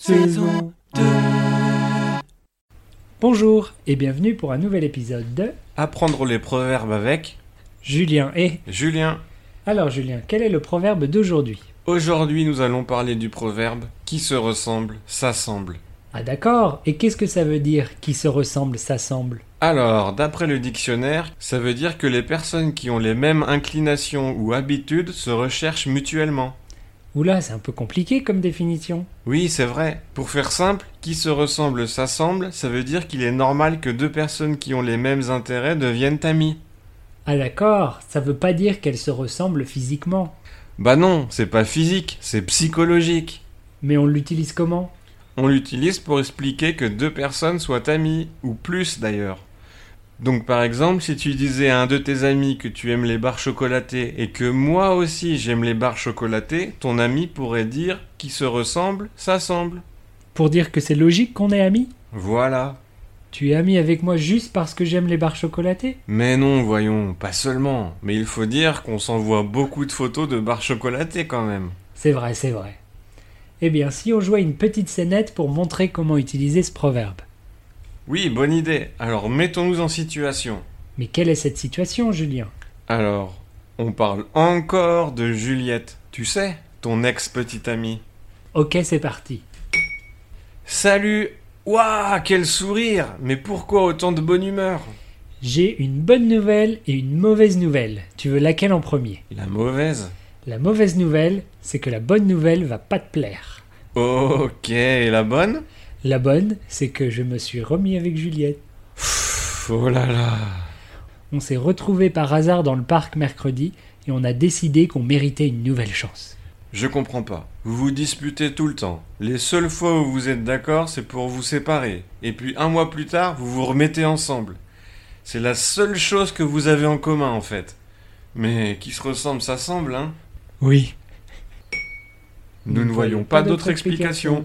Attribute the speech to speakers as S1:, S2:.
S1: saison 2.
S2: Bonjour et bienvenue pour un nouvel épisode de
S1: Apprendre les proverbes avec
S2: Julien et.
S1: Julien.
S2: Alors Julien, quel est le proverbe d'aujourd'hui
S1: Aujourd'hui, nous allons parler du proverbe qui se ressemble, s'assemble.
S2: Ah d'accord, et qu'est-ce que ça veut dire qui se ressemble s'assemble
S1: Alors, d'après le dictionnaire, ça veut dire que les personnes qui ont les mêmes inclinations ou habitudes se recherchent mutuellement.
S2: Oula, c'est un peu compliqué comme définition.
S1: Oui, c'est vrai. Pour faire simple, qui se ressemble s'assemble, ça veut dire qu'il est normal que deux personnes qui ont les mêmes intérêts deviennent amies.
S2: Ah d'accord, ça veut pas dire qu'elles se ressemblent physiquement.
S1: Bah non, c'est pas physique, c'est psychologique.
S2: Mais on l'utilise comment
S1: On l'utilise pour expliquer que deux personnes soient amies, ou plus d'ailleurs. Donc par exemple, si tu disais à un de tes amis que tu aimes les barres chocolatées et que moi aussi j'aime les barres chocolatées, ton ami pourrait dire qui se ressemble, s'assemble.
S2: Pour dire que c'est logique qu'on est amis
S1: Voilà.
S2: Tu es ami avec moi juste parce que j'aime les barres chocolatées
S1: Mais non, voyons, pas seulement. Mais il faut dire qu'on s'envoie beaucoup de photos de barres chocolatées quand même.
S2: C'est vrai, c'est vrai. Eh bien, si on jouait une petite scénette pour montrer comment utiliser ce proverbe.
S1: Oui, bonne idée. Alors mettons-nous en situation.
S2: Mais quelle est cette situation, Julien
S1: Alors, on parle encore de Juliette, tu sais, ton ex-petite amie.
S2: Ok, c'est parti.
S1: Salut Ouah, quel sourire Mais pourquoi autant de bonne humeur
S2: J'ai une bonne nouvelle et une mauvaise nouvelle. Tu veux laquelle en premier
S1: La mauvaise
S2: La mauvaise nouvelle, c'est que la bonne nouvelle va pas te plaire.
S1: Ok, et la bonne
S2: La bonne, c'est que je me suis remis avec Juliette.
S1: Pff, Oh là là
S2: On s'est retrouvés par hasard dans le parc mercredi et on a décidé qu'on méritait une nouvelle chance.
S1: Je comprends pas. Vous vous disputez tout le temps. Les seules fois où vous êtes d'accord, c'est pour vous séparer. Et puis un mois plus tard, vous vous remettez ensemble. C'est la seule chose que vous avez en commun en fait. Mais qui se ressemble, ça semble, hein
S2: Oui.
S1: Nous ne voyons pas d'autre explication.